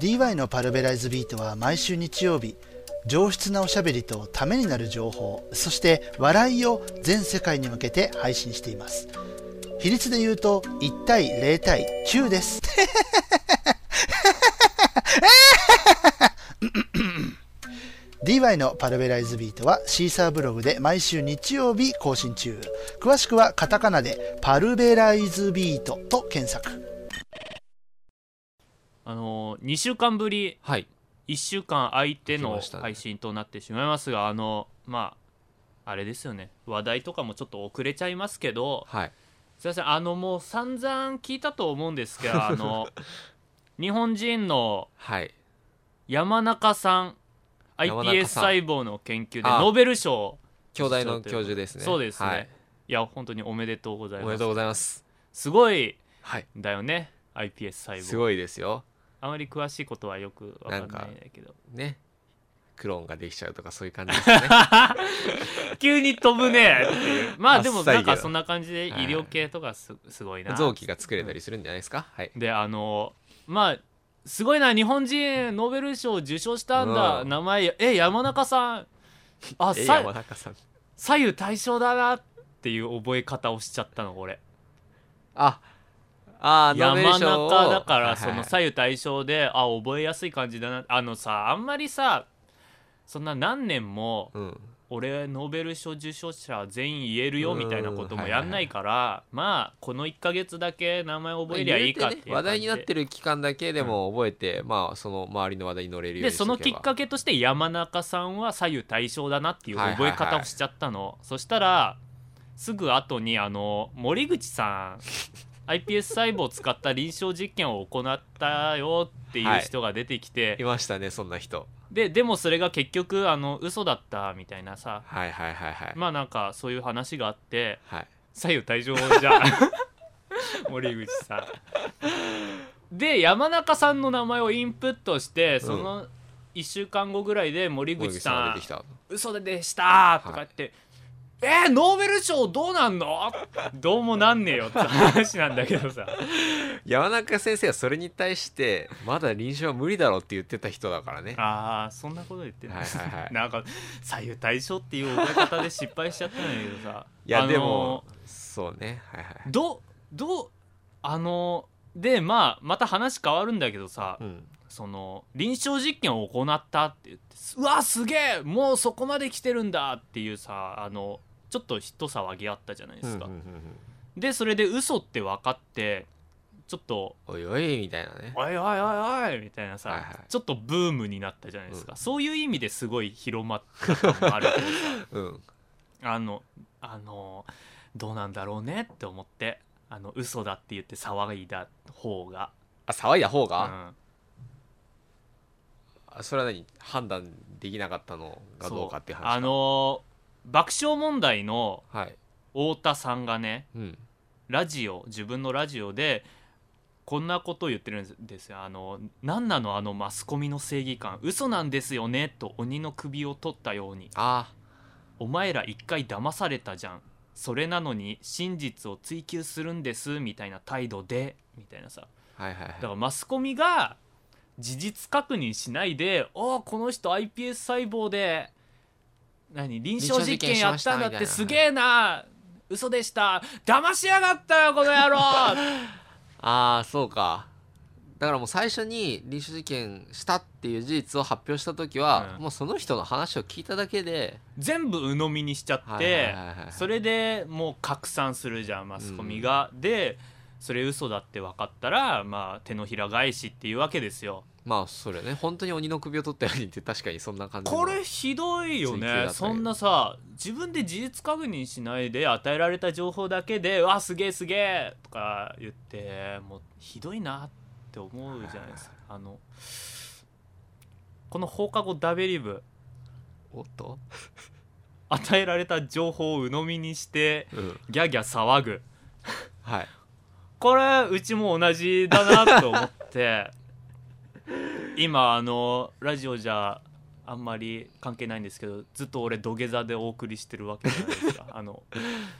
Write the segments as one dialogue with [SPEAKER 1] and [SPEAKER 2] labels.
[SPEAKER 1] DY のパルベライズビートは毎週日曜日上質なおしゃべりとためになる情報そして笑いを全世界に向けて配信しています比率で言うと1対0対9です DY のパルベライズビートはシーサーブログで毎週日曜日更新中詳しくはカタカナでパルベライズビートと検索
[SPEAKER 2] あのー、2週間ぶり
[SPEAKER 3] はい
[SPEAKER 2] 1週間空いて
[SPEAKER 3] 来
[SPEAKER 2] の
[SPEAKER 3] ましたね
[SPEAKER 2] 配信となってしまいますがあのまああれですよね話題とかもちょっと遅れちゃいますけど
[SPEAKER 3] はい
[SPEAKER 2] すいませんあのもう散々聞いたと思うんですけ どあの日本人の
[SPEAKER 3] はい
[SPEAKER 2] 山中さん
[SPEAKER 3] 山
[SPEAKER 2] iPS
[SPEAKER 3] 中さん
[SPEAKER 2] 細胞の研究で
[SPEAKER 3] あ
[SPEAKER 2] ノーベル賞を
[SPEAKER 3] 兄弟の教授ですね
[SPEAKER 2] そうですね、
[SPEAKER 3] はいい、、
[SPEAKER 2] や本当におめでとうござい
[SPEAKER 3] おめ
[SPEAKER 2] ま
[SPEAKER 3] ですとうございます
[SPEAKER 2] すごい
[SPEAKER 3] はい
[SPEAKER 2] んだよね iPS 細胞
[SPEAKER 3] すごいですよ
[SPEAKER 2] あまり詳しいことはよくわかんないんだけど
[SPEAKER 3] ねクローンができちゃうとかそういう感じですね
[SPEAKER 2] 急に飛ぶねっていうまあで
[SPEAKER 3] あ
[SPEAKER 2] も
[SPEAKER 3] っさ
[SPEAKER 2] な
[SPEAKER 3] り
[SPEAKER 2] ん
[SPEAKER 3] けど
[SPEAKER 2] かそんな感じで医療系とかすすごいな
[SPEAKER 3] 臓器が作れたりするんじゃないですかはい
[SPEAKER 2] であのまあすごいな日本人ノーベル賞受賞したんだ、
[SPEAKER 3] うん
[SPEAKER 2] 名前え山中さんあ
[SPEAKER 3] え
[SPEAKER 2] さ
[SPEAKER 3] 山中さん
[SPEAKER 2] 左右対称だなっていう覚え方をしちゃったの俺
[SPEAKER 3] ああーノーベル
[SPEAKER 2] 山
[SPEAKER 3] 賞を
[SPEAKER 2] 中だか
[SPEAKER 3] はい
[SPEAKER 2] ら
[SPEAKER 3] はい
[SPEAKER 2] その左右対称で、あ覚えやすい感じだなあのさあんまりさそんな何年も
[SPEAKER 3] うん
[SPEAKER 2] 俺ノーベル賞受賞者全員言えるよみたいなことも
[SPEAKER 3] うんはいは
[SPEAKER 2] や
[SPEAKER 3] いはい
[SPEAKER 2] んないから、まあこの1ヶ月だけ名前覚えりゃいいかっていう感じで、
[SPEAKER 3] まあ言うてね話題になってる期間だけでも覚えて、まあその周りの話題に乗れるよう
[SPEAKER 2] で
[SPEAKER 3] にしと
[SPEAKER 2] そ
[SPEAKER 3] けば
[SPEAKER 2] のきっかけとして山中さんは左右対称だなっていう覚え方をしちゃったの、そしたらすぐ後にあの森口さん iPS 細胞を使った臨床実験を行ったよっていう人が出てきて、
[SPEAKER 3] いましたねそんな人
[SPEAKER 2] ででもそれが結局あの嘘だったみたいなさ
[SPEAKER 3] はいはいはいはい、
[SPEAKER 2] まあなんかそういう話があって
[SPEAKER 3] はい
[SPEAKER 2] 左右対称じゃん 森口さんで山中さんの名前をインプットしてその1週間後ぐらいで森
[SPEAKER 3] 森
[SPEAKER 2] 口
[SPEAKER 3] 口
[SPEAKER 2] さ
[SPEAKER 3] さん
[SPEAKER 2] ん
[SPEAKER 3] が出てきた
[SPEAKER 2] 嘘でしたとか言って、えーノーベル賞どうなんのどうもなんねえよって話なんだけど さ
[SPEAKER 3] 山中先生はそれに対してまだ臨床は無理だろうって言ってた人だからね
[SPEAKER 2] ああそんなこと言ってない、
[SPEAKER 3] はいはいは い
[SPEAKER 2] なんか左右対称っていう覚え方で失敗しちゃったんだけどさ
[SPEAKER 3] いや、
[SPEAKER 2] あのー
[SPEAKER 3] でもそうねはいはい
[SPEAKER 2] どどうあのーでまあまた話変わるんだけどさ、
[SPEAKER 3] うん
[SPEAKER 2] その臨床実験を行ったって言ってうわすげえもうそこまで来てるんだっていうさあのちょっと人騒ぎあったじゃないですか、
[SPEAKER 3] うんうんうんうん
[SPEAKER 2] でそれで嘘って分かってちょっと
[SPEAKER 3] おいおいみたいなね
[SPEAKER 2] 「おいおいおいおい」みたいなさ、
[SPEAKER 3] はいはい
[SPEAKER 2] ちょっとブームになったじゃないですか、そういう意味ですごい広まった感もあるけどさ
[SPEAKER 3] うん
[SPEAKER 2] あのあのどうなんだろうねって思ってあの嘘だって言って騒いだ方が、
[SPEAKER 3] あ騒いだ方
[SPEAKER 2] う
[SPEAKER 3] が、
[SPEAKER 2] ん、
[SPEAKER 3] あそれは何判断できなかったのがどうかっていう
[SPEAKER 2] そ
[SPEAKER 3] 話
[SPEAKER 2] うあの爆笑問題の
[SPEAKER 3] はい
[SPEAKER 2] 太田さんがね
[SPEAKER 3] うん
[SPEAKER 2] ラジオ自分のラジオでこんなことを言ってるんですよあの何なのあのマスコミの正義感嘘なんですよねと鬼の首を取ったように
[SPEAKER 3] あ
[SPEAKER 2] お前ら一回騙されたじゃんそれなのに真実を追求するんですみたいな態度でみたいなさ
[SPEAKER 3] ーはいはい
[SPEAKER 2] だか
[SPEAKER 3] は
[SPEAKER 2] ら
[SPEAKER 3] い
[SPEAKER 2] マスコミが事実確認しないで「ああこの人 iPS 細胞で何臨床実験やったんだっ
[SPEAKER 3] 臨床実験しましたみたい
[SPEAKER 2] て
[SPEAKER 3] な
[SPEAKER 2] すげえな嘘でした騙しやがったよこの野郎!
[SPEAKER 3] ああそうかだからもう最初に臨床試験したっていう事実を発表した時は、
[SPEAKER 2] うん
[SPEAKER 3] もうその人の話を聞いただけで」
[SPEAKER 2] 全部鵜呑みにしちゃって、
[SPEAKER 3] はいはいはいはい
[SPEAKER 2] それでもう拡散するじゃんマスコミが、でそれ嘘だって分かったら、まあ、手のひら返しっていうわけですよ
[SPEAKER 3] まあそれね本当に鬼の首を取ったようにって確かにそんな感じの
[SPEAKER 2] これひどいよ
[SPEAKER 3] 追求だった
[SPEAKER 2] ね
[SPEAKER 3] り
[SPEAKER 2] そんなさ自分で事実確認しないで与えられた情報だけで「わすげえすげえ!」とか言ってもうひどいなって思うじゃないですかあのこの放課後ダベリブ
[SPEAKER 3] おっと、
[SPEAKER 2] 与えられた情報を鵜呑みにして
[SPEAKER 3] うん、
[SPEAKER 2] ギャギャ騒ぐ
[SPEAKER 3] はい
[SPEAKER 2] これうちも同じだなと思って 今あのラジオじゃあんまり関係ないんですけどずっと俺土下座でお送りしてるわけじゃないですかあの、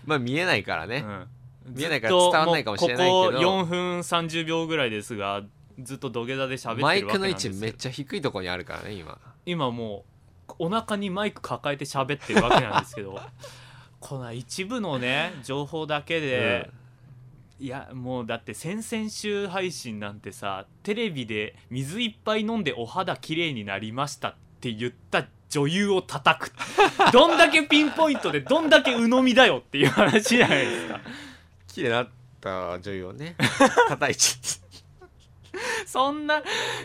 [SPEAKER 3] まあ見えないから
[SPEAKER 2] う
[SPEAKER 3] ね、
[SPEAKER 2] ん、
[SPEAKER 3] 見えないから伝わんないかもしれないけど
[SPEAKER 2] ずっともうここ4分30秒ぐらいですがずっと土下座で喋ってるわ
[SPEAKER 3] マ
[SPEAKER 2] け
[SPEAKER 3] イク
[SPEAKER 2] なん
[SPEAKER 3] の位
[SPEAKER 2] で
[SPEAKER 3] 置
[SPEAKER 2] す
[SPEAKER 3] め
[SPEAKER 2] け
[SPEAKER 3] っ
[SPEAKER 2] ど
[SPEAKER 3] ちゃ低いとこにあるからね今
[SPEAKER 2] 今もうお腹にマイク抱えて喋ってるわけなんですけど この一部のね情報だけで、いやもうだって先々週配信なんてさテレビで水いっぱい飲んでお肌きれいになりましたって言った女優を叩 くどんだけピンポイントでどんだけ鵜呑みだよっていう話じゃないです か
[SPEAKER 3] 綺麗になった女優を ね叩いちゃっ
[SPEAKER 2] そんな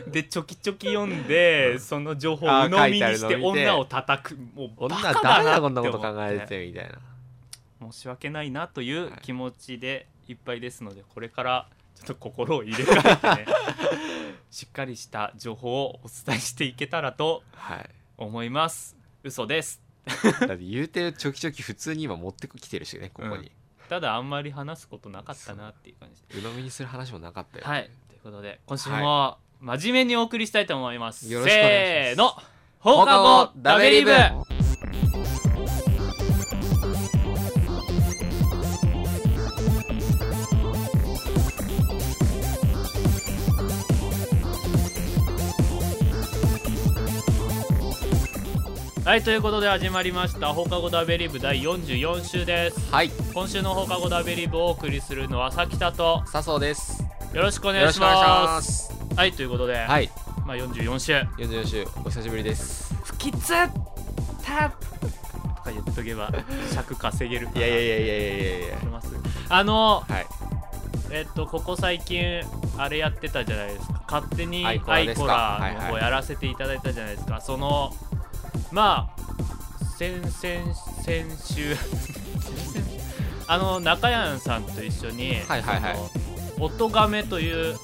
[SPEAKER 2] でちょきちょき読んでその情報を鵜
[SPEAKER 3] あー
[SPEAKER 2] 呑み
[SPEAKER 3] 書い
[SPEAKER 2] に
[SPEAKER 3] て
[SPEAKER 2] し
[SPEAKER 3] あ
[SPEAKER 2] て
[SPEAKER 3] るの見て
[SPEAKER 2] 女を叩くもう
[SPEAKER 3] 女
[SPEAKER 2] バ
[SPEAKER 3] は
[SPEAKER 2] カだ
[SPEAKER 3] 誰
[SPEAKER 2] なっ
[SPEAKER 3] だ
[SPEAKER 2] て
[SPEAKER 3] こんなこ
[SPEAKER 2] 思
[SPEAKER 3] と考
[SPEAKER 2] っ
[SPEAKER 3] え
[SPEAKER 2] て
[SPEAKER 3] てみたいな
[SPEAKER 2] 申し訳ないなという
[SPEAKER 3] はい
[SPEAKER 2] 気持ちでいっぱいですので、これからちょっと心を入れ替えてね しっかりした情報をお伝えしていけたらと
[SPEAKER 3] はい
[SPEAKER 2] 思います嘘です
[SPEAKER 3] だって言うてちょきちょき普通に今持ってきてるしねここに、
[SPEAKER 2] ただあんまり話すことなかったなっていう感じで
[SPEAKER 3] 鵜呑みにする話もなかったよ、
[SPEAKER 2] はいということで今週も真面目にお送りしたいと思います、
[SPEAKER 3] よろしくお願いします
[SPEAKER 2] せーの放課後ダベリブはいということで始まりました放課後ダベリブ第44週です
[SPEAKER 3] はい
[SPEAKER 2] 今週の放課後ダベリブをお送りするのはさきたと
[SPEAKER 3] 笹生です
[SPEAKER 2] よろしくお
[SPEAKER 3] よ
[SPEAKER 2] 願
[SPEAKER 3] ろ
[SPEAKER 2] い
[SPEAKER 3] し
[SPEAKER 2] し
[SPEAKER 3] くお願いし
[SPEAKER 2] ま
[SPEAKER 3] ますす
[SPEAKER 2] はいということで、
[SPEAKER 3] はい
[SPEAKER 2] まあ44週
[SPEAKER 3] 44週お久しぶりです
[SPEAKER 2] 不吉タッとか言っとけば尺稼げる
[SPEAKER 3] いやいやいやいやいやいやいや
[SPEAKER 2] やますあの
[SPEAKER 3] はい
[SPEAKER 2] えっとここ最近あれやってたじゃないですか勝手に
[SPEAKER 3] ア
[SPEAKER 2] ア
[SPEAKER 3] イ
[SPEAKER 2] イ
[SPEAKER 3] コ
[SPEAKER 2] コ
[SPEAKER 3] ラですか
[SPEAKER 2] ラの
[SPEAKER 3] はい
[SPEAKER 2] 方
[SPEAKER 3] はい
[SPEAKER 2] やらせていただいたじゃないですか、そのまあ先々先週 先々あの中谷さんと一緒に「
[SPEAKER 3] はいはいはい
[SPEAKER 2] その音がめ」という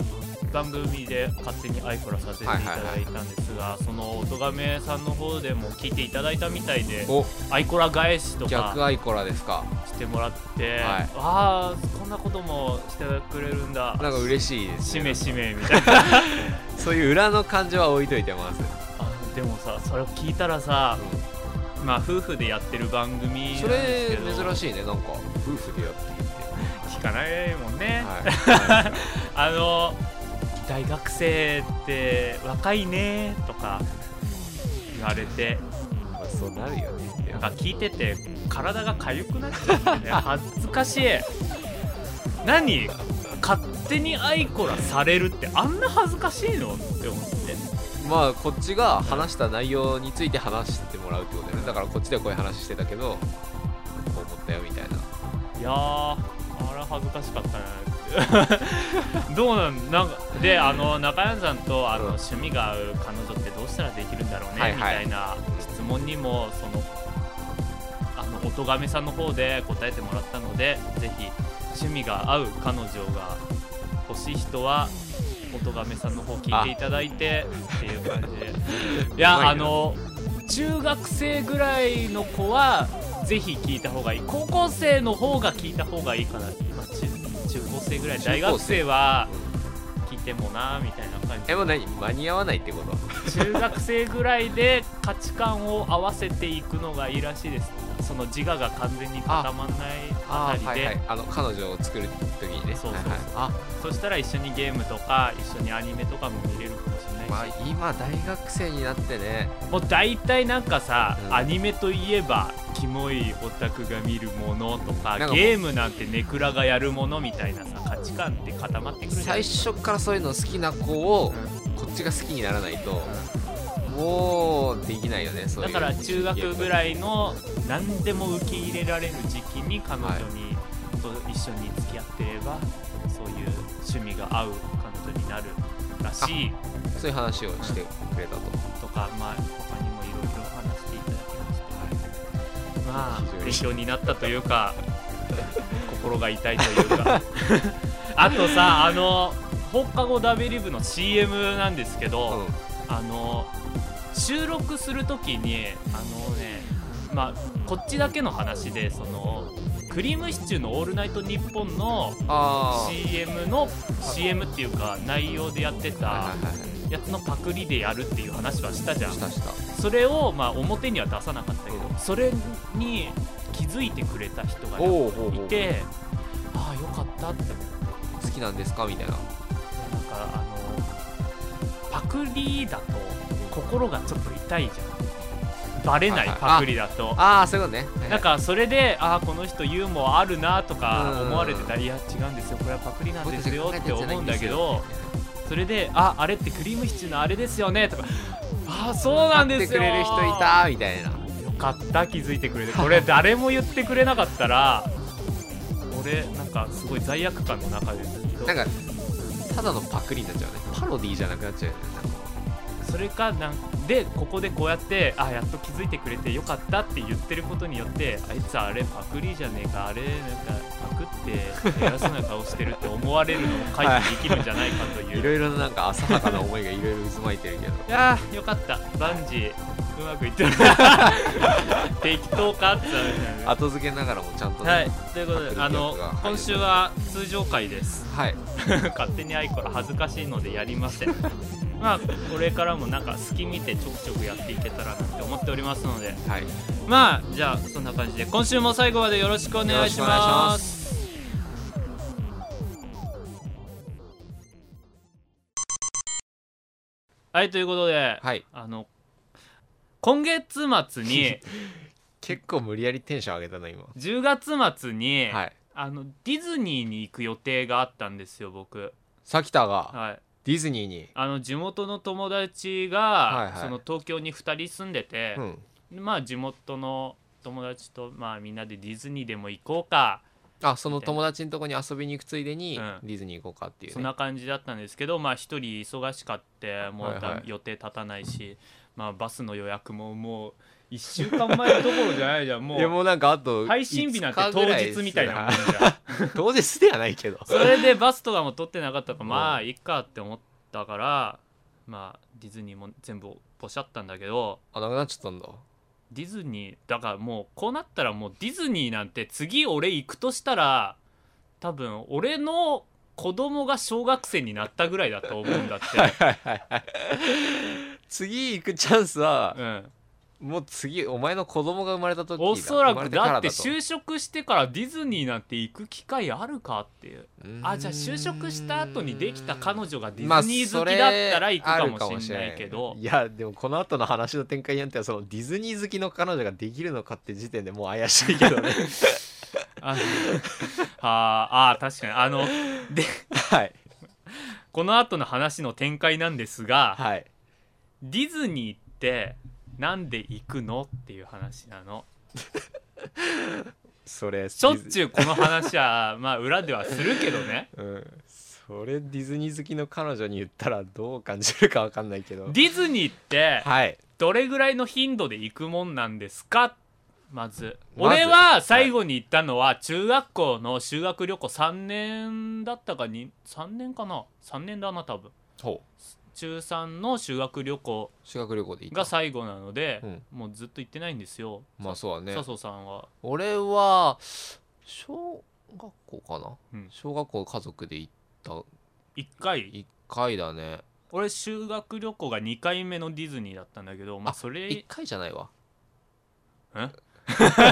[SPEAKER 2] 番組で勝手にアイコラさせていただいたんですが、その音がめさんの方でも聞いていただいたみたいで
[SPEAKER 3] お
[SPEAKER 2] アイコラ返しとか
[SPEAKER 3] 逆アイコラですか
[SPEAKER 2] してもらって、
[SPEAKER 3] はい
[SPEAKER 2] ああこんなこともしてくれるんだ
[SPEAKER 3] なんか嬉しいです、
[SPEAKER 2] し
[SPEAKER 3] ね、
[SPEAKER 2] めしめみたいな
[SPEAKER 3] そういう裏の感じは置いといてます、
[SPEAKER 2] あでもさそれを聞いたらさまあ夫婦でやってる番組
[SPEAKER 3] それ珍
[SPEAKER 2] し
[SPEAKER 3] しいねなんか夫婦でやってるって
[SPEAKER 2] い聞かないもんね、
[SPEAKER 3] はい
[SPEAKER 2] あの大学生って若いねとか言われて
[SPEAKER 3] まあそうなるよね
[SPEAKER 2] なんか聞いてて体が痒くなっちゃってね恥ずかしい何勝手にアイコラされるってあんな恥ずかしいのって思って
[SPEAKER 3] まあこっちが話した内容について話してもらうってことだよねだからこっちではこういう話してたけどこう思ったよみたいない
[SPEAKER 2] やーあれ恥ずかしかったな どうなんなんかであの中山さんとあの
[SPEAKER 3] うん
[SPEAKER 2] 趣味が合う彼女ってどうしたらできるんだろうね、
[SPEAKER 3] はいはい
[SPEAKER 2] みたいな質問にもそのあの音亀さんの方で答えてもらったのでぜひ趣味が合う彼女が欲しい人は音亀さんの方聞いていただいてっていう感じで。いや
[SPEAKER 3] うまいな
[SPEAKER 2] あの中学生ぐらいの子はぜひ聞いた方がいい高校生の方が聞いた方がいいかな、まあ中中高生ぐらい
[SPEAKER 3] 中高生
[SPEAKER 2] 大学生は聞いてもなみたいな感じ
[SPEAKER 3] えもう何間に合わないってこと
[SPEAKER 2] 中学生ぐらいで価値観を合わせていくのがいいらしいですその自我が完全に固まんないあたり
[SPEAKER 3] はい
[SPEAKER 2] で、
[SPEAKER 3] はいあの彼女を作る時にね
[SPEAKER 2] そうそうそう
[SPEAKER 3] はいはいあ
[SPEAKER 2] そしたら一緒にゲームとか一緒にアニメとかも見れるかもしれないし、
[SPEAKER 3] まあ今大学生になってね
[SPEAKER 2] もう大体なんかさ、
[SPEAKER 3] うん
[SPEAKER 2] アニメといえばキモいオタクが見るものとか
[SPEAKER 3] なんかもう
[SPEAKER 2] ゲームなんてネクラがやるものみたいなさ価値観って固まってくるじゃん
[SPEAKER 3] 最初からそういうの好きな子をこっちが好きにならないともうできないよねそう
[SPEAKER 2] だ
[SPEAKER 3] いう
[SPEAKER 2] から中学ぐら
[SPEAKER 3] い
[SPEAKER 2] いの何でも受け入れられる時期に彼女
[SPEAKER 3] はい
[SPEAKER 2] に、と一緒に付き合ってればそういう趣味が合う彼女になるらしい
[SPEAKER 3] そういう話をしてくれたと
[SPEAKER 2] とかまあ他にもいろいろ話していただきまして。まあ
[SPEAKER 3] 非常に
[SPEAKER 2] 勉強になったという か心が痛いというかあとさあの放課後ダベリブの CM なんですけど、あの収録する時にあのねまあこっちだけの話でそのクリームシチューの「オールナイトニッポン」の
[SPEAKER 3] ああ
[SPEAKER 2] CM の CM っていうか内容でやってた
[SPEAKER 3] はいはいはい
[SPEAKER 2] やつのパクリでやるっていう話はしたじゃん
[SPEAKER 3] したした
[SPEAKER 2] それをまあ表には出さなかったけど、それに気づいてくれた人がい
[SPEAKER 3] おうほうほう
[SPEAKER 2] てああよかったって思って
[SPEAKER 3] 好きなんですかみたいな
[SPEAKER 2] なんかあクリだと心がちょっと痛いじゃんバレない
[SPEAKER 3] はいはい
[SPEAKER 2] パクリだと、
[SPEAKER 3] ああそういうことね
[SPEAKER 2] なんかそれであーこの人ユーモアあるなとか
[SPEAKER 3] うん
[SPEAKER 2] 思われてたりいや違うんですよこれはパクリなん
[SPEAKER 3] 僕
[SPEAKER 2] で
[SPEAKER 3] た
[SPEAKER 2] す
[SPEAKER 3] ちが
[SPEAKER 2] よ
[SPEAKER 3] 考え
[SPEAKER 2] ってて
[SPEAKER 3] るんじゃな
[SPEAKER 2] 思うん
[SPEAKER 3] い
[SPEAKER 2] ん
[SPEAKER 3] で
[SPEAKER 2] だ
[SPEAKER 3] す
[SPEAKER 2] け
[SPEAKER 3] よ
[SPEAKER 2] どそれでああれってクリームシチューのあれですよねとかあーそうなん
[SPEAKER 3] 買
[SPEAKER 2] で
[SPEAKER 3] って
[SPEAKER 2] す
[SPEAKER 3] く
[SPEAKER 2] よ
[SPEAKER 3] れる人いたみたいな
[SPEAKER 2] よかった気づいてくれてこれ誰も言ってくれなかったら俺なんかすごい罪悪感の中でずっと
[SPEAKER 3] なんかただのパクリになっちゃうねパロディじゃなくなっちゃうよね
[SPEAKER 2] それかなんでここでこうやってあやっと気づいてくれてよかったって言ってることによってあいつあれパクリじゃねえかあれなんかパクって偉そうな顔してるって思われるのを回避できるんじゃないかという、
[SPEAKER 3] いろいろななんか浅はかな思いがいろいろ渦巻いてるけど
[SPEAKER 2] いやーよかったバンジーうまくいってる 適当かってなるんだよね
[SPEAKER 3] 後付けながらもちゃんとね
[SPEAKER 2] はい、ということ
[SPEAKER 3] パクリってやつ
[SPEAKER 2] で
[SPEAKER 3] が
[SPEAKER 2] あの
[SPEAKER 3] 入る
[SPEAKER 2] 今週は通常回です
[SPEAKER 3] はい
[SPEAKER 2] 勝手にアイコラ恥ずかしいのでやりません まあこれからもなんか隙見てちょくちょくやっていけたらなって思っておりますので
[SPEAKER 3] はい
[SPEAKER 2] まあじゃあそんな感じで今週も最後までよろしくお願いし
[SPEAKER 3] よろしくお願いし
[SPEAKER 2] ま
[SPEAKER 3] ます
[SPEAKER 2] はいということで、
[SPEAKER 3] はい
[SPEAKER 2] あの今月末に
[SPEAKER 3] 結構無理やりテンション上げたな今は
[SPEAKER 2] 10月末に、
[SPEAKER 3] い
[SPEAKER 2] あのディズニーに行く予定があったんですよ僕
[SPEAKER 3] さきたが
[SPEAKER 2] はい
[SPEAKER 3] ディズニーに
[SPEAKER 2] あの地元の友達が、
[SPEAKER 3] いはい
[SPEAKER 2] その東京に2人住んでて
[SPEAKER 3] う、ん
[SPEAKER 2] まあ地元の友達と、まあ、みんなでディズニーでも行こうか、
[SPEAKER 3] あその友達のとこに遊びに行くついでに
[SPEAKER 2] うん
[SPEAKER 3] ディズニー行こうかっていう
[SPEAKER 2] そ
[SPEAKER 3] ね、
[SPEAKER 2] んな感じだったんですけどまあ一人忙しかってもうだ、
[SPEAKER 3] はいはい
[SPEAKER 2] 予定立たないし、まあ、バスの予約ももう1週間前どころじゃないじゃんも
[SPEAKER 3] いや
[SPEAKER 2] う
[SPEAKER 3] もうなんかあと
[SPEAKER 2] 配信日なんて
[SPEAKER 3] 5
[SPEAKER 2] 当
[SPEAKER 3] ぐらです
[SPEAKER 2] 日みたいなもんじゃん
[SPEAKER 3] 当日ではないけど
[SPEAKER 2] それでバスとかも取ってなかったからまあいいかって思ったからまあディズニーも全部ポシャったんだけど
[SPEAKER 3] あなくなっちゃったんだ
[SPEAKER 2] ディズニーだからもうこうなったらもうディズニーなんて次俺行くとしたら多分俺の子供が小学生になったぐらいだと思うんだって、
[SPEAKER 3] はいはいはい次行くチャンスは
[SPEAKER 2] うん、
[SPEAKER 3] もう次お前の子供が生まれた時だ
[SPEAKER 2] おそら
[SPEAKER 3] 生まれ
[SPEAKER 2] く
[SPEAKER 3] てから
[SPEAKER 2] だって
[SPEAKER 3] と
[SPEAKER 2] 就職してからディズニーなんて行く機会あるかっていう
[SPEAKER 3] うーん
[SPEAKER 2] あじゃあ就職した後にできた彼女がディズニー好きだったら行くかもしれないけど、
[SPEAKER 3] まあそれあるかもしれないいやでもこの後の話の展開によってはそのディズニー好きの彼女ができるのかって時点でもう怪しいけどね
[SPEAKER 2] あああー確かにあので
[SPEAKER 3] はい
[SPEAKER 2] この後の話の展開なんですが、
[SPEAKER 3] はい
[SPEAKER 2] ディズニーってなんで行くのっていう話なの
[SPEAKER 3] それ
[SPEAKER 2] しょっち
[SPEAKER 3] ゅ
[SPEAKER 2] ゅうこの話は まあ裏ではするけどね
[SPEAKER 3] う、うん、それディズニー好きの彼女に言ったらどう感じるかわかんないけど
[SPEAKER 2] ディズニーって
[SPEAKER 3] はい
[SPEAKER 2] どれぐらいの頻度で行くもんなんですかまず
[SPEAKER 3] まず
[SPEAKER 2] 俺は最後に行ったのは中学校の修学旅行3年だったかに3年かな3年だな多分
[SPEAKER 3] ほう
[SPEAKER 2] 中3の修学旅行
[SPEAKER 3] 修学旅行で行った
[SPEAKER 2] が最後なので、
[SPEAKER 3] うん
[SPEAKER 2] もうずっと行ってないんですよ
[SPEAKER 3] まあそうだね
[SPEAKER 2] 笹生さんは
[SPEAKER 3] 俺は小学校かな、
[SPEAKER 2] うん
[SPEAKER 3] 小学校家族で行った
[SPEAKER 2] 1回
[SPEAKER 3] 1回だね
[SPEAKER 2] 俺修学旅行が2回目のディズニーだったんだけどまあ
[SPEAKER 3] あ
[SPEAKER 2] そ
[SPEAKER 3] 1
[SPEAKER 2] れ
[SPEAKER 3] 回じゃないわ
[SPEAKER 2] まあ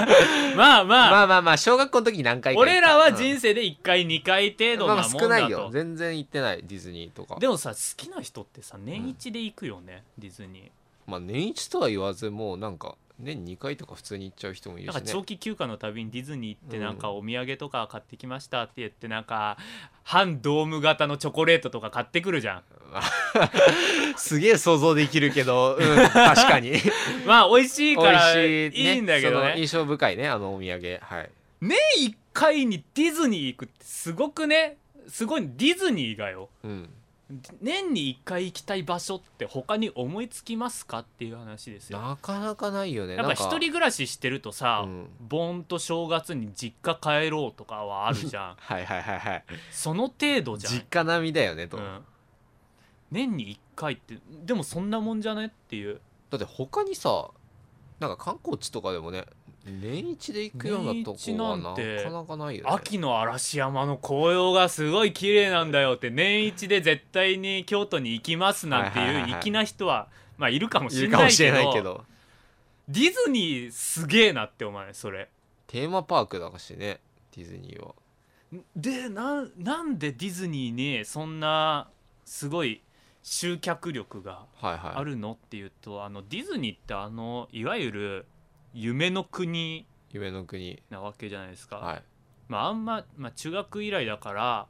[SPEAKER 2] まあ、
[SPEAKER 3] まあまあまあ小学校の時に何回か行った
[SPEAKER 2] 俺らは
[SPEAKER 3] うん
[SPEAKER 2] 人生で1回2回程度
[SPEAKER 3] まあま
[SPEAKER 2] な
[SPEAKER 3] あ
[SPEAKER 2] もんだと、
[SPEAKER 3] 少ないよ全然行ってないディズニーとか
[SPEAKER 2] でもさ好きな人ってさ年一で行くよね、ディズニ
[SPEAKER 3] まあ年一とは言わずもうなんか年2回とか普通に行っちゃう人もい
[SPEAKER 2] ーな
[SPEAKER 3] る
[SPEAKER 2] ん
[SPEAKER 3] し
[SPEAKER 2] か
[SPEAKER 3] ね
[SPEAKER 2] 長期休暇のたびにディズニー行って
[SPEAKER 3] うん
[SPEAKER 2] なんかお土産とか買ってきましたって言ってなんか半ドーム型のチョコレートとか買ってくるじゃん
[SPEAKER 3] すげえ想像できる けど、うん、確かに
[SPEAKER 2] まあ美味しい
[SPEAKER 3] 美
[SPEAKER 2] からい
[SPEAKER 3] 味しい、ね、
[SPEAKER 2] いんだけど
[SPEAKER 3] その
[SPEAKER 2] ね
[SPEAKER 3] 印象深いねあのお土産はい
[SPEAKER 2] 年1回にディズニー行くってすごくねすごいディズニーがよ
[SPEAKER 3] うん
[SPEAKER 2] 年に1回行きたい場所って他に思いつきますかっていう話ですよ
[SPEAKER 3] なかなかないよね
[SPEAKER 2] やっぱ
[SPEAKER 3] なんか
[SPEAKER 2] 一人暮らししてるとさ、
[SPEAKER 3] うん
[SPEAKER 2] 盆と正月に実家帰ろうとかはあるじゃん
[SPEAKER 3] はいはいはいはい
[SPEAKER 2] その程度じゃん
[SPEAKER 3] 実家並みだよねと、
[SPEAKER 2] うん年に1回ってでもそんなもんじゃねっていう
[SPEAKER 3] だって他にさなんか観光地とかでもね年一で行くようなとこ
[SPEAKER 2] 年一
[SPEAKER 3] は
[SPEAKER 2] なん
[SPEAKER 3] な
[SPEAKER 2] て
[SPEAKER 3] かなかないよね
[SPEAKER 2] 秋の嵐山の紅葉がすごい綺麗なんだよって年一で絶対に京都に行きますなんて
[SPEAKER 3] はいはい
[SPEAKER 2] い
[SPEAKER 3] は
[SPEAKER 2] う
[SPEAKER 3] いはい
[SPEAKER 2] 粋な人はまあいるかも
[SPEAKER 3] い
[SPEAKER 2] しれ
[SPEAKER 3] るか
[SPEAKER 2] な
[SPEAKER 3] も
[SPEAKER 2] い
[SPEAKER 3] しれ
[SPEAKER 2] け
[SPEAKER 3] ない
[SPEAKER 2] ど
[SPEAKER 3] けど
[SPEAKER 2] ディズニーすげえなってお前それ
[SPEAKER 3] テーマパークだしねディズニーは
[SPEAKER 2] でなんなんでディズニーにそんなすごい集客力が
[SPEAKER 3] はいはい
[SPEAKER 2] あるのっていうとあのディズニーってあのいわゆる夢の国
[SPEAKER 3] 夢の国
[SPEAKER 2] なわけじゃないですか、
[SPEAKER 3] はい
[SPEAKER 2] まああんま、まあ、中学以来だから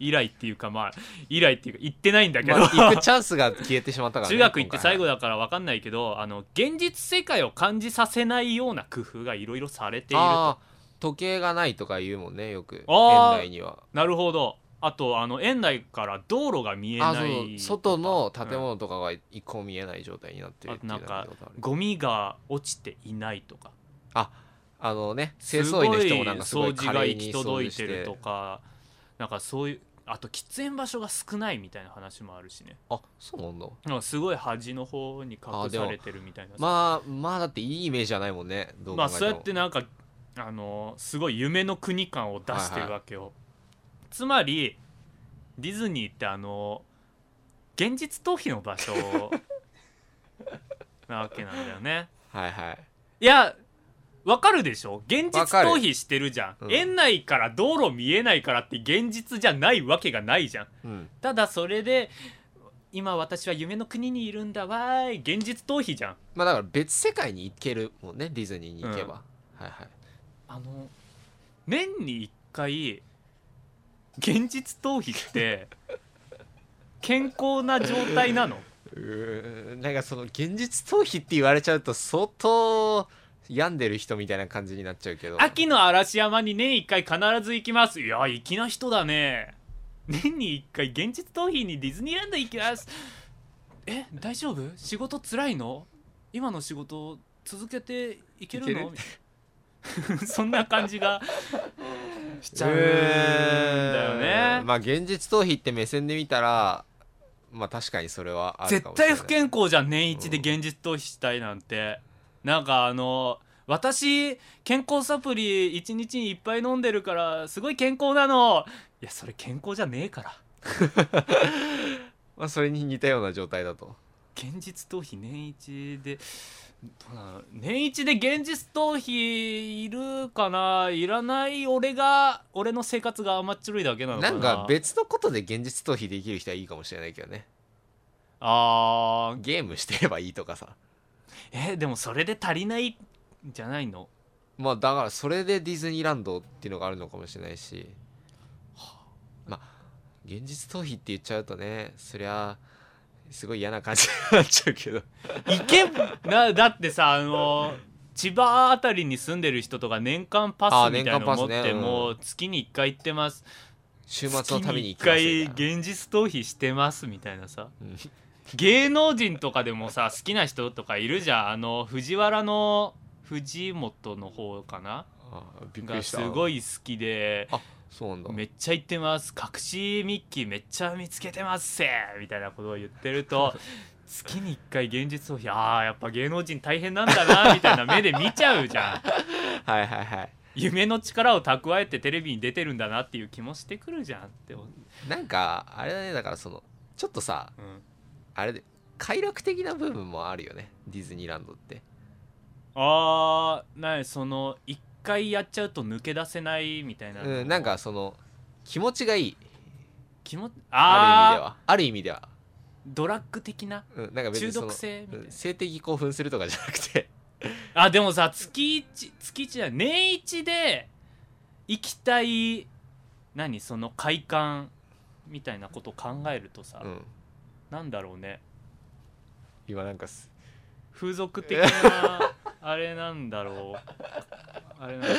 [SPEAKER 2] 以来っていうかまあ以来っていうか行ってないんだけど、
[SPEAKER 3] まあ行くチャンスが消えてしまったから、ね、
[SPEAKER 2] 中学行って
[SPEAKER 3] 今回
[SPEAKER 2] 最後だから分かんないけどあの現実世界を感じさせないような工夫がいろいろされていると
[SPEAKER 3] あー時計がないとか言うもんねよく園
[SPEAKER 2] あー
[SPEAKER 3] 内には
[SPEAKER 2] なるほどあとあの園内から道路が見え
[SPEAKER 3] あ
[SPEAKER 2] な
[SPEAKER 3] ーそ
[SPEAKER 2] いう
[SPEAKER 3] 外の建物とかが一個も見えない状態になってるっていう
[SPEAKER 2] あ
[SPEAKER 3] の
[SPEAKER 2] なんか
[SPEAKER 3] を見たことある
[SPEAKER 2] ゴミが落ちていないとか
[SPEAKER 3] あのね清掃員の人もなんかすごい
[SPEAKER 2] すごい掃除
[SPEAKER 3] 華
[SPEAKER 2] が
[SPEAKER 3] 麗
[SPEAKER 2] 行き
[SPEAKER 3] に
[SPEAKER 2] 届
[SPEAKER 3] 掃
[SPEAKER 2] い
[SPEAKER 3] 除して
[SPEAKER 2] るとかなんかそういうあと喫煙場所が少ないみたいな話もあるしね
[SPEAKER 3] あそうなんだ
[SPEAKER 2] なんかすごい端の方に隠されてるみたいな
[SPEAKER 3] まあまあだっていいイメージじゃないもんねどう
[SPEAKER 2] ま
[SPEAKER 3] 考え
[SPEAKER 2] あ
[SPEAKER 3] ても
[SPEAKER 2] そうやってなんかあのすごい夢の国感を出してるわけよ、つまりディズニーってあの現実逃避の場所なわけなんだよね
[SPEAKER 3] はいはい
[SPEAKER 2] いやわかるでしょ現実逃避してるじゃん、
[SPEAKER 3] うん
[SPEAKER 2] 園内から道路見えないからって現実じゃないわけがないじゃん
[SPEAKER 3] うん
[SPEAKER 2] ただそれで今私は夢の国にいるんだわーい現実逃避じゃん
[SPEAKER 3] まあだから別世界に行けるもんねディズニーに行けば、はいはい
[SPEAKER 2] あの年に1回現実逃避って健康な状態なの
[SPEAKER 3] うーんなんかその現実逃避って言われちゃうと相当病んでる人みたいな感じになっちゃうけど
[SPEAKER 2] 秋の嵐山に年1回必ず行きますいや粋な人だね年に1回現実逃避にディズニーランド行きますえ大丈夫仕事つらいの今の仕事続けていける
[SPEAKER 3] いけ
[SPEAKER 2] の
[SPEAKER 3] る
[SPEAKER 2] そんな感じがしちゃうんだよ
[SPEAKER 3] う
[SPEAKER 2] ね
[SPEAKER 3] ーんまあ現実逃避って目線で見たらまあ確かにそれはある
[SPEAKER 2] 絶
[SPEAKER 3] かもしれな
[SPEAKER 2] 対
[SPEAKER 3] い
[SPEAKER 2] 不健康じゃん年一で現実逃避したいなんて、なんかあの私健康サプリ一日にいっぱい飲んでるからすごい健康なのいやそれ健康じゃねえから
[SPEAKER 3] まあそれに似たような状態だと
[SPEAKER 2] 現実逃避年一でどうなの年一で現実逃避いるかないらない俺が俺の生活が甘っちょろいだけなのか
[SPEAKER 3] な
[SPEAKER 2] なん
[SPEAKER 3] か別のことで現実逃避できる人はいいかもしれないけどね
[SPEAKER 2] あー
[SPEAKER 3] ゲームしてればいいとかさ
[SPEAKER 2] えでもそれで足りないんじゃないの
[SPEAKER 3] まあだからそれでディズニーランドっていうのがあるのかもしれないしまあ現実逃避って言っちゃうとねそりゃすごい嫌な感じになっちゃうけど
[SPEAKER 2] 行けなだってさあの千葉あたりに住んでる人とか年間パ
[SPEAKER 3] あ
[SPEAKER 2] ス
[SPEAKER 3] ー
[SPEAKER 2] み
[SPEAKER 3] 年
[SPEAKER 2] たい
[SPEAKER 3] 間
[SPEAKER 2] の
[SPEAKER 3] パス
[SPEAKER 2] 持っ
[SPEAKER 3] ね
[SPEAKER 2] て
[SPEAKER 3] うん
[SPEAKER 2] もう月に1回行ってます
[SPEAKER 3] 週末の旅に行き
[SPEAKER 2] 月
[SPEAKER 3] ま
[SPEAKER 2] に1
[SPEAKER 3] すみたいな
[SPEAKER 2] 回現実逃避してますみたいなさ
[SPEAKER 3] うん
[SPEAKER 2] 芸能人とかでもさ好きな人とかいるじゃんあの藤原の藤本の方かな
[SPEAKER 3] あびっく
[SPEAKER 2] が
[SPEAKER 3] りし
[SPEAKER 2] す
[SPEAKER 3] た
[SPEAKER 2] ごい好きで
[SPEAKER 3] あそうなんだ
[SPEAKER 2] めっちゃ行ってます隠しミッキーめっちゃ見つけてますせーみたいなことを言ってる と月に1回現実逃避あーやっぱ芸能人大変なんだなみたいな目で見ちゃうじゃん
[SPEAKER 3] はいはいはい
[SPEAKER 2] 夢の力を蓄えてテレビに出てるんだなっていう気もしてくるじゃんって思う、
[SPEAKER 3] なんかあれだねだからそのちょっとさ
[SPEAKER 2] うん、
[SPEAKER 3] あれで快楽的な部分もあるよねディズニーランドって
[SPEAKER 2] あーなにその1回やっちゃうと抜け出せないみたいな、
[SPEAKER 3] うんなんかその気持ちがいい
[SPEAKER 2] 気持ち
[SPEAKER 3] ある意味
[SPEAKER 2] ああ
[SPEAKER 3] ではある意味では、
[SPEAKER 2] ドラッグ的な
[SPEAKER 3] うん、なんか別
[SPEAKER 2] 中
[SPEAKER 3] にその
[SPEAKER 2] 毒性みたいな
[SPEAKER 3] うん性的興奮するとかじゃなくて
[SPEAKER 2] あでもさ月一月一じゃない年一で行きたい何その快感みたいなことを考えるとさ、
[SPEAKER 3] うん、
[SPEAKER 2] なんだろうね
[SPEAKER 3] 今なんかす
[SPEAKER 2] 風俗的なあれなんだろ うあれなのかな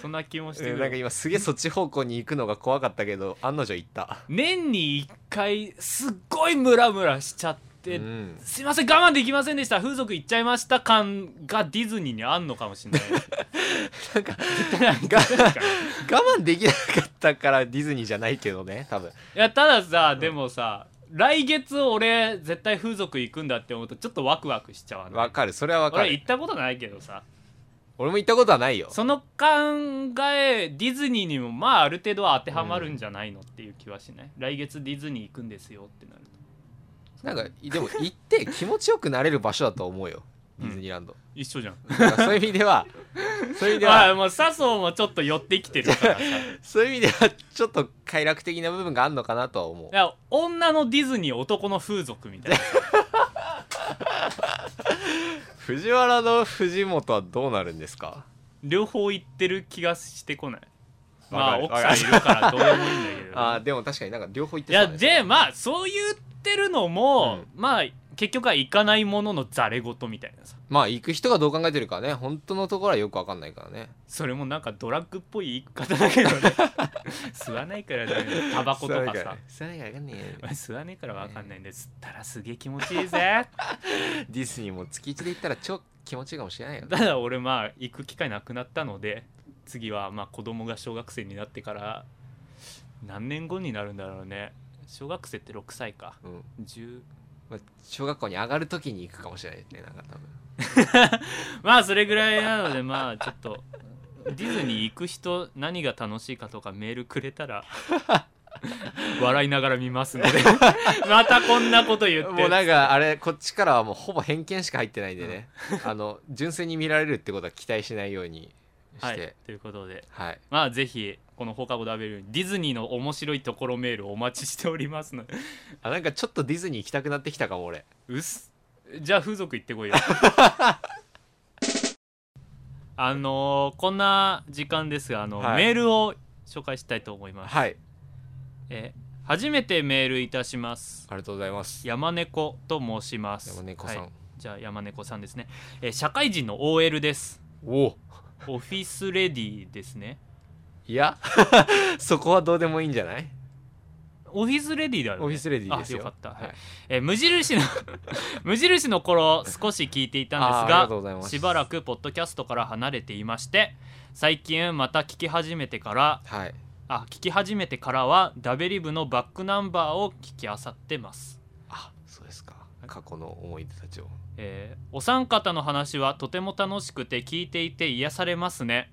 [SPEAKER 2] そんな気もして
[SPEAKER 3] う
[SPEAKER 2] く
[SPEAKER 3] んなん
[SPEAKER 2] る、
[SPEAKER 3] か今すげえそっち方向に行くのが怖かったけど案の定行った、
[SPEAKER 2] 年に1回すっごいムラムラしちゃって、
[SPEAKER 3] うん
[SPEAKER 2] すいません我慢できませんでした風俗行っちゃいました感がディズニーにあんのかもし れない
[SPEAKER 3] なんか
[SPEAKER 2] なんか
[SPEAKER 3] 我慢できなかったからディズニーじゃないけどね多分
[SPEAKER 2] いやたださ、でもさ来月俺絶対風俗行くんだって思うとちょっとワクワクしちゃうわ
[SPEAKER 3] わ
[SPEAKER 2] ね
[SPEAKER 3] かるそれはわか
[SPEAKER 2] 俺
[SPEAKER 3] る
[SPEAKER 2] 行ったことないけどさ
[SPEAKER 3] 俺も行ったことはないよ
[SPEAKER 2] その考えディズニーにもまあある程度は当てはまるんじゃないのっていう気はしない、来月ディズニー行くんですよってなると
[SPEAKER 3] なんかでも行って気持ちよくなれる場所だと思うよディズニーランド、
[SPEAKER 2] 一緒じゃん
[SPEAKER 3] だからそういう意味 ではそういう意味で
[SPEAKER 2] あ
[SPEAKER 3] は
[SPEAKER 2] あもう笹生もちょっと寄ってきてる からさい
[SPEAKER 3] そういう意味ではちょっと快楽的な部分があるのかなとは思う
[SPEAKER 2] や女のディズニー男の風俗みたいな
[SPEAKER 3] 藤原の藤本はどうなるんですか
[SPEAKER 2] 両方行ってる気がしてこないまあ
[SPEAKER 3] わ
[SPEAKER 2] 奥
[SPEAKER 3] かる
[SPEAKER 2] さんいるからどうでもいいんだけど
[SPEAKER 3] あーでも確かになんか両方行
[SPEAKER 2] い
[SPEAKER 3] ってそう
[SPEAKER 2] や
[SPEAKER 3] だね
[SPEAKER 2] でまあそう言ってるのも、まあ結局は行かないもののざれ言みたいなさ
[SPEAKER 3] まあ行く人がどう考えてるかね本当のところはよく分かんないからね
[SPEAKER 2] それもなんかドラッグっぽい言い方だけどね 吸わないからだよねタバコとかさ
[SPEAKER 3] それが分かんねえよ
[SPEAKER 2] 吸わねえからわかんないんで吸ったらすげえ気持ちいい ぜ
[SPEAKER 3] ディズニーも月一で行ったら超気持ちいいかもしれないよね
[SPEAKER 2] ただ俺まあ行く機会なくなったので次はまあ子供が小学生になってから何年後になるんだろうね小学生って6歳か
[SPEAKER 3] うん
[SPEAKER 2] 10
[SPEAKER 3] まあ、小学校に上がるときに行くかもしれないねなんか多分
[SPEAKER 2] まあそれぐらいなのでまあちょっとディズニー行く人何が楽しいかとかメールくれたら笑いながら見ますの でまたこんなこと言って
[SPEAKER 3] もうなんかあれこっちからはもうほぼ偏見しか入ってないん でね、あの純粋に見られるってことは期待しないようにしては
[SPEAKER 2] はいい、ということで
[SPEAKER 3] はい、
[SPEAKER 2] まあぜひこの放課後 W ディズニーの面白いところメールお待ちしておりますので
[SPEAKER 3] あなんかちょっとディズニー行きたくなってきたかも俺
[SPEAKER 2] うっすじゃあ風俗行って こいよあのーこんな時間ですがあの、
[SPEAKER 3] はい
[SPEAKER 2] メールを紹介したいと思います、
[SPEAKER 3] はい
[SPEAKER 2] え初めてメールいたします
[SPEAKER 3] ありがとうございます
[SPEAKER 2] 山猫と申します
[SPEAKER 3] 山猫さん、
[SPEAKER 2] はいじゃあ山猫さんですね、えー社会人の OL です
[SPEAKER 3] おお
[SPEAKER 2] オフィスレディですね
[SPEAKER 3] いや そこはどうでもいいんじゃない
[SPEAKER 2] オフィスレディだよね
[SPEAKER 3] オフィスレディですよ
[SPEAKER 2] あよかった、はい
[SPEAKER 3] はい
[SPEAKER 2] えー無印の 無印の頃少し聞いていたん
[SPEAKER 3] あーありがとう
[SPEAKER 2] で
[SPEAKER 3] ございますす
[SPEAKER 2] がしばらくポッドキャストから離れていまして最近また聞き始めてから
[SPEAKER 3] はい
[SPEAKER 2] あ聞き始めてからはダベリブのバックナンバーを聞きあさってます
[SPEAKER 3] あそうですか過去の思い出たちを
[SPEAKER 2] えーお三方の話はとても楽しくて聞いていて癒されますね、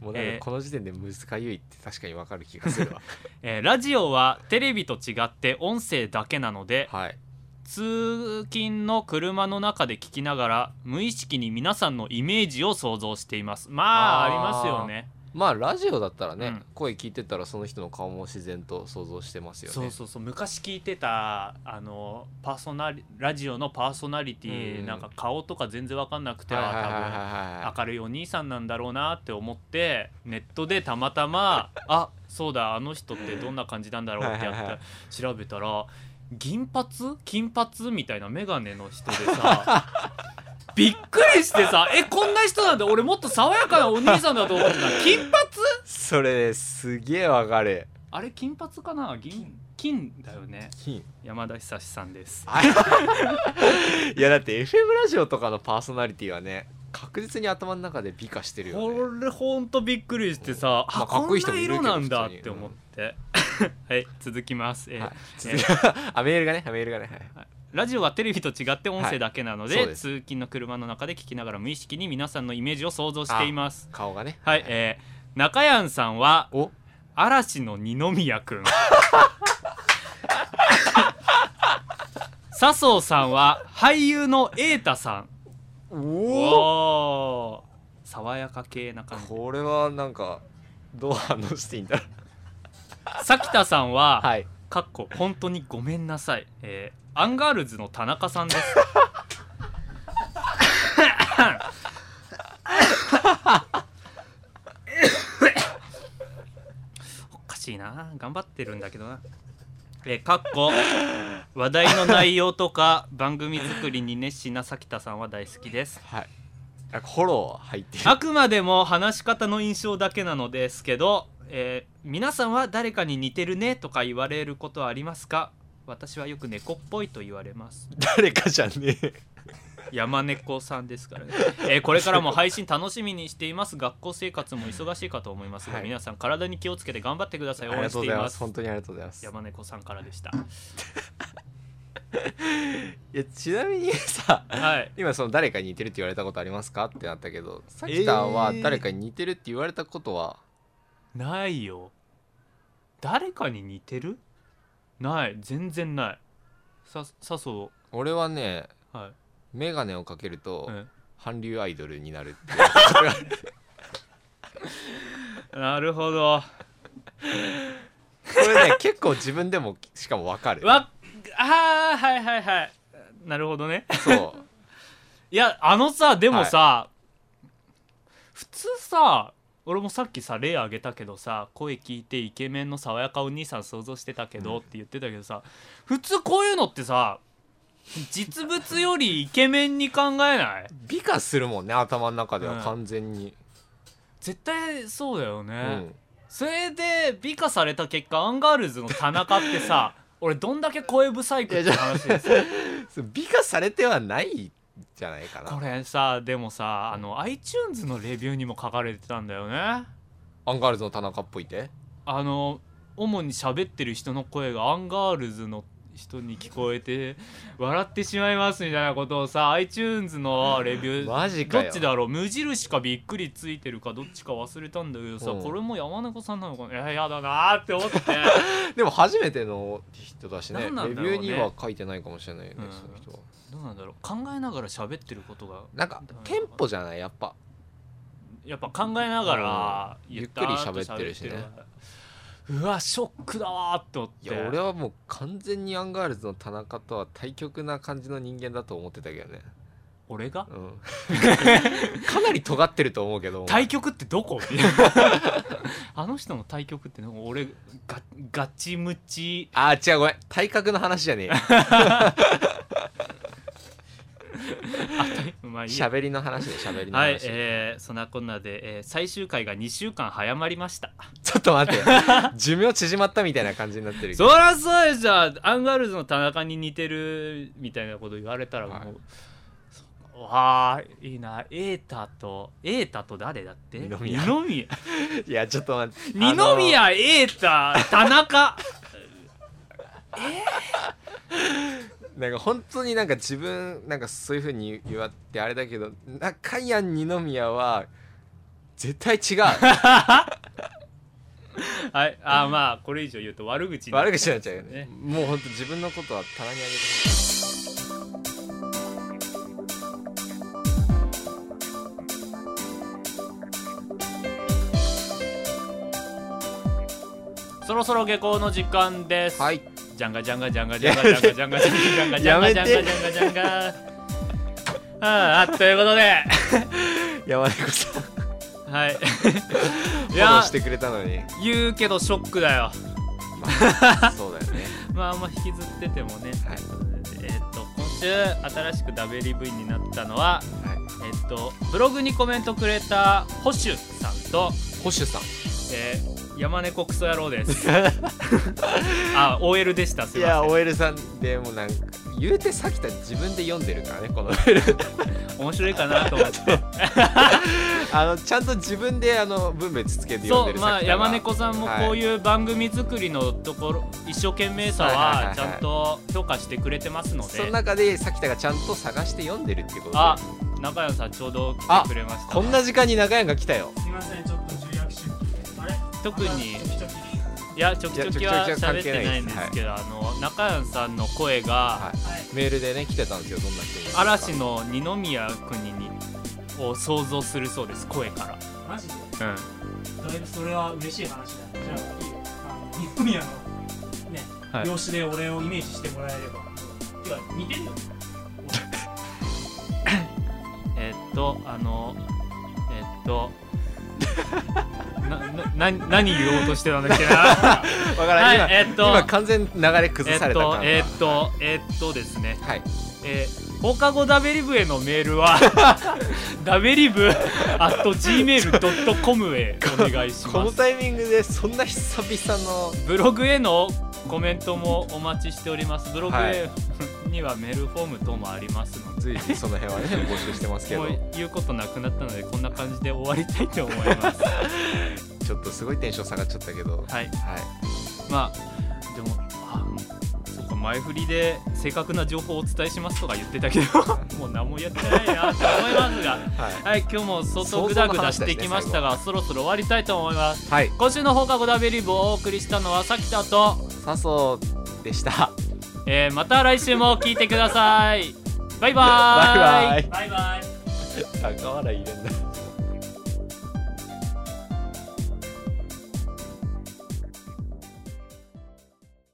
[SPEAKER 3] もうなん
[SPEAKER 2] えー
[SPEAKER 3] かこの時点で難しいって確かにわかる気がするわ
[SPEAKER 2] えーラジオはテレビと違って音声だけなので
[SPEAKER 3] はい
[SPEAKER 2] 通勤の車の中で聞きながら無意識に皆さんのイメージを想像していますまあ
[SPEAKER 3] あ
[SPEAKER 2] あ
[SPEAKER 3] ー
[SPEAKER 2] りますよね
[SPEAKER 3] まあラジオだったらね、
[SPEAKER 2] うん
[SPEAKER 3] 声聞いてたらその人の顔も自然と想像してますよね
[SPEAKER 2] そうそうそう昔聞いてたあのパーソナリラジオのパーソナリティ、
[SPEAKER 3] うん
[SPEAKER 2] なんか顔とか全然わかんなくて、
[SPEAKER 3] はいはいは
[SPEAKER 2] あ
[SPEAKER 3] いはい
[SPEAKER 2] 多分
[SPEAKER 3] はい
[SPEAKER 2] 明るいお兄さんなんだろうなって思ってネットでたまた ま「あそうだあの人ってどんな感じなんだろう」ってやっ
[SPEAKER 3] はいはいは
[SPEAKER 2] た
[SPEAKER 3] い
[SPEAKER 2] 調べたら銀髪金髪みたいな眼鏡の人で さびっくりしてさ「えこんな人なんだ俺もっと爽やかなお兄さんだと思ってた金髪
[SPEAKER 3] それすげえわかる
[SPEAKER 2] あれ金髪かな銀金だよね
[SPEAKER 3] 金
[SPEAKER 2] 山田久志さんです
[SPEAKER 3] あいやだって FM ラジオとかのパーソナリティはね確実に頭の中で美化してるよ
[SPEAKER 2] こ
[SPEAKER 3] ね
[SPEAKER 2] れほんとびっくりしてさ、
[SPEAKER 3] まあ
[SPEAKER 2] あ、
[SPEAKER 3] かっこいい人もいるけど
[SPEAKER 2] こんな色なんだっ
[SPEAKER 3] 普通に
[SPEAKER 2] て思って、 はい続きます、えー
[SPEAKER 3] はい続きあメールがねあメールがねはい
[SPEAKER 2] ラジオはテレビと違って音声だけなので,、
[SPEAKER 3] はいそうです
[SPEAKER 2] 通勤の車の中で聞きながら無意識に皆さんのイメージを想像しています
[SPEAKER 3] 顔がね
[SPEAKER 2] はい、えー、中谷さんは
[SPEAKER 3] お
[SPEAKER 2] 嵐の二宮く ん笹生さんは俳優の瑛太さん
[SPEAKER 3] おお
[SPEAKER 2] おー爽やか系な感じ
[SPEAKER 3] これはなんかどう反応していいんだろ
[SPEAKER 2] 咲田さん は、
[SPEAKER 3] うはい
[SPEAKER 2] かっこ本当にごめんなさい、えーアンガールズの田中さんですおかしいな頑張ってるんだけどなえーかっこ話題の内容とか番組作りに熱心な咲田さんは大好きです
[SPEAKER 3] はいあフォロー入ってる
[SPEAKER 2] あくまでも話し方の印象だけなのですけど、えー皆さんは誰かに似てるねとか言われることはありますか私はよく猫っぽいと言われます
[SPEAKER 3] 誰かじゃねえ
[SPEAKER 2] 山猫さんですからね、えーこれからも配信楽しみにしています学校生活も忙しいかと思いますが、
[SPEAKER 3] はい
[SPEAKER 2] 皆さん体に気をつけて頑張ってください応
[SPEAKER 3] あり
[SPEAKER 2] 援
[SPEAKER 3] が
[SPEAKER 2] し
[SPEAKER 3] とう
[SPEAKER 2] てい
[SPEAKER 3] ござい
[SPEAKER 2] ま
[SPEAKER 3] ます
[SPEAKER 2] す
[SPEAKER 3] 本当にありがとうございます
[SPEAKER 2] 山猫さんからでした
[SPEAKER 3] いやちなみにさ
[SPEAKER 2] はい
[SPEAKER 3] 今その誰かに似てるって言われたことありますかってなったけどさきたんは誰かに似てるって言われたことは、
[SPEAKER 2] ないよ誰かに似てるない全然ないさ笹生
[SPEAKER 3] 俺はね
[SPEAKER 2] はい
[SPEAKER 3] 眼鏡をかけると、
[SPEAKER 2] うん
[SPEAKER 3] 韓流アイドルになるっていう
[SPEAKER 2] なるほど
[SPEAKER 3] これね結構自分でもしかも分かる
[SPEAKER 2] わあーはいはいはいなるほどね
[SPEAKER 3] そう
[SPEAKER 2] いやあのさでもさ、普通さ俺もさっきさ例あげたけどさ声聞いてイケメンの爽やかお兄さん想像してたけどって言ってたけどさ、普通こういうのってさ実物よりイケメンに考えない
[SPEAKER 3] 美化するもんね頭の中で
[SPEAKER 2] うん
[SPEAKER 3] は完全に、
[SPEAKER 2] 絶対そうだよね、
[SPEAKER 3] うん
[SPEAKER 2] それで美化された結果アンガールズの田中ってさ俺どんだけ声不細工って話ですよ
[SPEAKER 3] そう美化されてはないじゃないかな
[SPEAKER 2] これさでもさあの iTunes のレビューにも書かれてたんだよね
[SPEAKER 3] アンガールズの田中っぽいって
[SPEAKER 2] あの主に喋ってる人の声がアンガールズの人に聞こえて笑ってしまいますみたいなことをさ iTunes のレビュー
[SPEAKER 3] マジ
[SPEAKER 2] ど
[SPEAKER 3] かよ
[SPEAKER 2] っちだろう無印かびっくりついてるかどっちか忘れたんだけどさ、
[SPEAKER 3] うん
[SPEAKER 2] これも山猫さんなのかないややだなーって 思って
[SPEAKER 3] でも初めての人だしね
[SPEAKER 2] なんなん
[SPEAKER 3] レ
[SPEAKER 2] だろうね
[SPEAKER 3] ビューには書いてないかもしれないよね、
[SPEAKER 2] うん
[SPEAKER 3] その人は
[SPEAKER 2] どうなんだろう考えながら喋ってることが
[SPEAKER 3] なんかテンポじゃないやっぱ
[SPEAKER 2] やっぱ考えながら、
[SPEAKER 3] うん
[SPEAKER 2] ゆたーと
[SPEAKER 3] ゆっくり喋ってるしね
[SPEAKER 2] うわショックだわーって思っ
[SPEAKER 3] い
[SPEAKER 2] て
[SPEAKER 3] や俺はもう完全にアンガールズの田中とは対極な感じの人間だと思ってたけどね、
[SPEAKER 2] 俺が
[SPEAKER 3] うん かなり尖ってると思うけど
[SPEAKER 2] 対局ってどこ あの人の対局ってなんか俺ガガチム チ
[SPEAKER 3] あー違うごめん体格の話 じゃねえよ
[SPEAKER 2] まあいいや
[SPEAKER 3] 喋りの話で喋りの話、
[SPEAKER 2] はいえー、そんなこんなで、えー最終回が2週間早まりました
[SPEAKER 3] ちょっと待って寿命縮まったみたいな感じになってるけ
[SPEAKER 2] そ
[SPEAKER 3] ど
[SPEAKER 2] らそうでしょアンガールズの田中に似てるみたいなこと言われたらもう、
[SPEAKER 3] はい
[SPEAKER 2] そうわあいいなエータとエータと誰だって
[SPEAKER 3] 二宮
[SPEAKER 2] 二宮
[SPEAKER 3] いやちょっと待って
[SPEAKER 2] 二宮瑛太田 中
[SPEAKER 3] あのなんか本当になんか自分なんかそういうふうに言わってあれだけど中谷二宮は絶対 違う
[SPEAKER 2] はいあまあこれ以上言うと悪口にな
[SPEAKER 3] 悪
[SPEAKER 2] る
[SPEAKER 3] 口になっちゃうよね
[SPEAKER 2] ね
[SPEAKER 3] もう本当自分のことは棚にあげて
[SPEAKER 2] そろそろ下校の時間です
[SPEAKER 3] はい
[SPEAKER 2] ジャンガジャンガジャンガジャンガジャンガジャンガジャンガジャンガジャンガジャンガジャンガジャンガ ああということで
[SPEAKER 3] 山猫さんフ
[SPEAKER 2] はいい
[SPEAKER 3] ォロー
[SPEAKER 2] や
[SPEAKER 3] してくれたのに
[SPEAKER 2] 言うけどショックだよ
[SPEAKER 3] そうだよね
[SPEAKER 2] まああんま引きずっててもね
[SPEAKER 3] はい
[SPEAKER 2] えっと今週新しく WV になったのは
[SPEAKER 3] はい
[SPEAKER 2] えっとブログにコメントくれた保守さんと
[SPEAKER 3] 保守さん
[SPEAKER 2] えー、山猫クソ野郎 です。あ、OL でした。す
[SPEAKER 3] い
[SPEAKER 2] いませ
[SPEAKER 3] や
[SPEAKER 2] ん。
[SPEAKER 3] OL さんでもなんか言うてさきた自分で読んでるからね この
[SPEAKER 2] 面白いかなと思って。
[SPEAKER 3] あのちゃんと自分であの分別つけて読
[SPEAKER 2] そ
[SPEAKER 3] んで
[SPEAKER 2] う、
[SPEAKER 3] る
[SPEAKER 2] まあ
[SPEAKER 3] 作家が
[SPEAKER 2] 山猫さんもこう
[SPEAKER 3] は
[SPEAKER 2] いう番組作りのところ、一生懸命さ
[SPEAKER 3] はいはいはいは
[SPEAKER 2] はいちゃんと評価してくれてますの
[SPEAKER 3] その
[SPEAKER 2] で。
[SPEAKER 3] 中でさきたがちゃんと探して読んでるってことで
[SPEAKER 2] あ、中山さんちょうど来てくれました。
[SPEAKER 3] こんな時間に中山が来たよ
[SPEAKER 4] すみません、ちょっと重役出勤。あれ
[SPEAKER 2] 特に
[SPEAKER 4] あちょきちょき
[SPEAKER 2] いやちょきちょき
[SPEAKER 3] いや
[SPEAKER 2] は
[SPEAKER 3] ちょきちょきは
[SPEAKER 2] 喋ってないんですけど、あの中山さんの声が
[SPEAKER 3] はメールでね来てたんですよどんな人に
[SPEAKER 2] 嵐の二宮君にを想像するそうです声か
[SPEAKER 4] マジで
[SPEAKER 2] ら。うん。
[SPEAKER 4] だいぶそれは嬉しい話だ。じゃあ、いいよ。あの二宮の、ね、
[SPEAKER 2] はい
[SPEAKER 4] 容姿で俺をイメージしてもらえれば。てか、似てるよね。
[SPEAKER 2] えーっとあのえーっ とななな何言おうとしてたんだっ けな
[SPEAKER 3] わからん
[SPEAKER 2] はい
[SPEAKER 3] 今
[SPEAKER 2] えっと
[SPEAKER 3] 今完全に流れ
[SPEAKER 2] え
[SPEAKER 3] 崩
[SPEAKER 2] ー
[SPEAKER 3] さ
[SPEAKER 2] っ
[SPEAKER 3] れたか
[SPEAKER 2] と
[SPEAKER 3] ら
[SPEAKER 2] えーっとえーっとですね
[SPEAKER 3] はい
[SPEAKER 2] えー放課後ダベリブへのメール はダベリブ at gmail.com へお願いし
[SPEAKER 3] こ
[SPEAKER 2] ま
[SPEAKER 3] の
[SPEAKER 2] す
[SPEAKER 3] タイミングでそんな久々の
[SPEAKER 2] ブログへのコメントもお待ちしておりますブログへ、
[SPEAKER 3] はい
[SPEAKER 2] にはメールフォーム等もありますので
[SPEAKER 3] 随時その辺はね募集してますけど
[SPEAKER 2] もう言うことなくなったのでこんな感じで終わりたいと思います
[SPEAKER 3] ちょっとすごいテンション下がっちゃったけど
[SPEAKER 2] はい
[SPEAKER 3] はい
[SPEAKER 2] まあでもあそうか前振りで正確な情報をお伝えしますとか言ってたけど もう何もやってないなと思いますが
[SPEAKER 3] はい
[SPEAKER 2] はい今日も相当グダグダしてきましたが、そろそろ終わりたいと思います
[SPEAKER 3] はい
[SPEAKER 2] 今週の放課後ダベリブをお送りしたのはさきたと、
[SPEAKER 3] 笹生でした
[SPEAKER 2] えーまた来週も聞いてくださいバイバーイ
[SPEAKER 3] バイ
[SPEAKER 4] バイバイ
[SPEAKER 3] バイ高笑い入れんな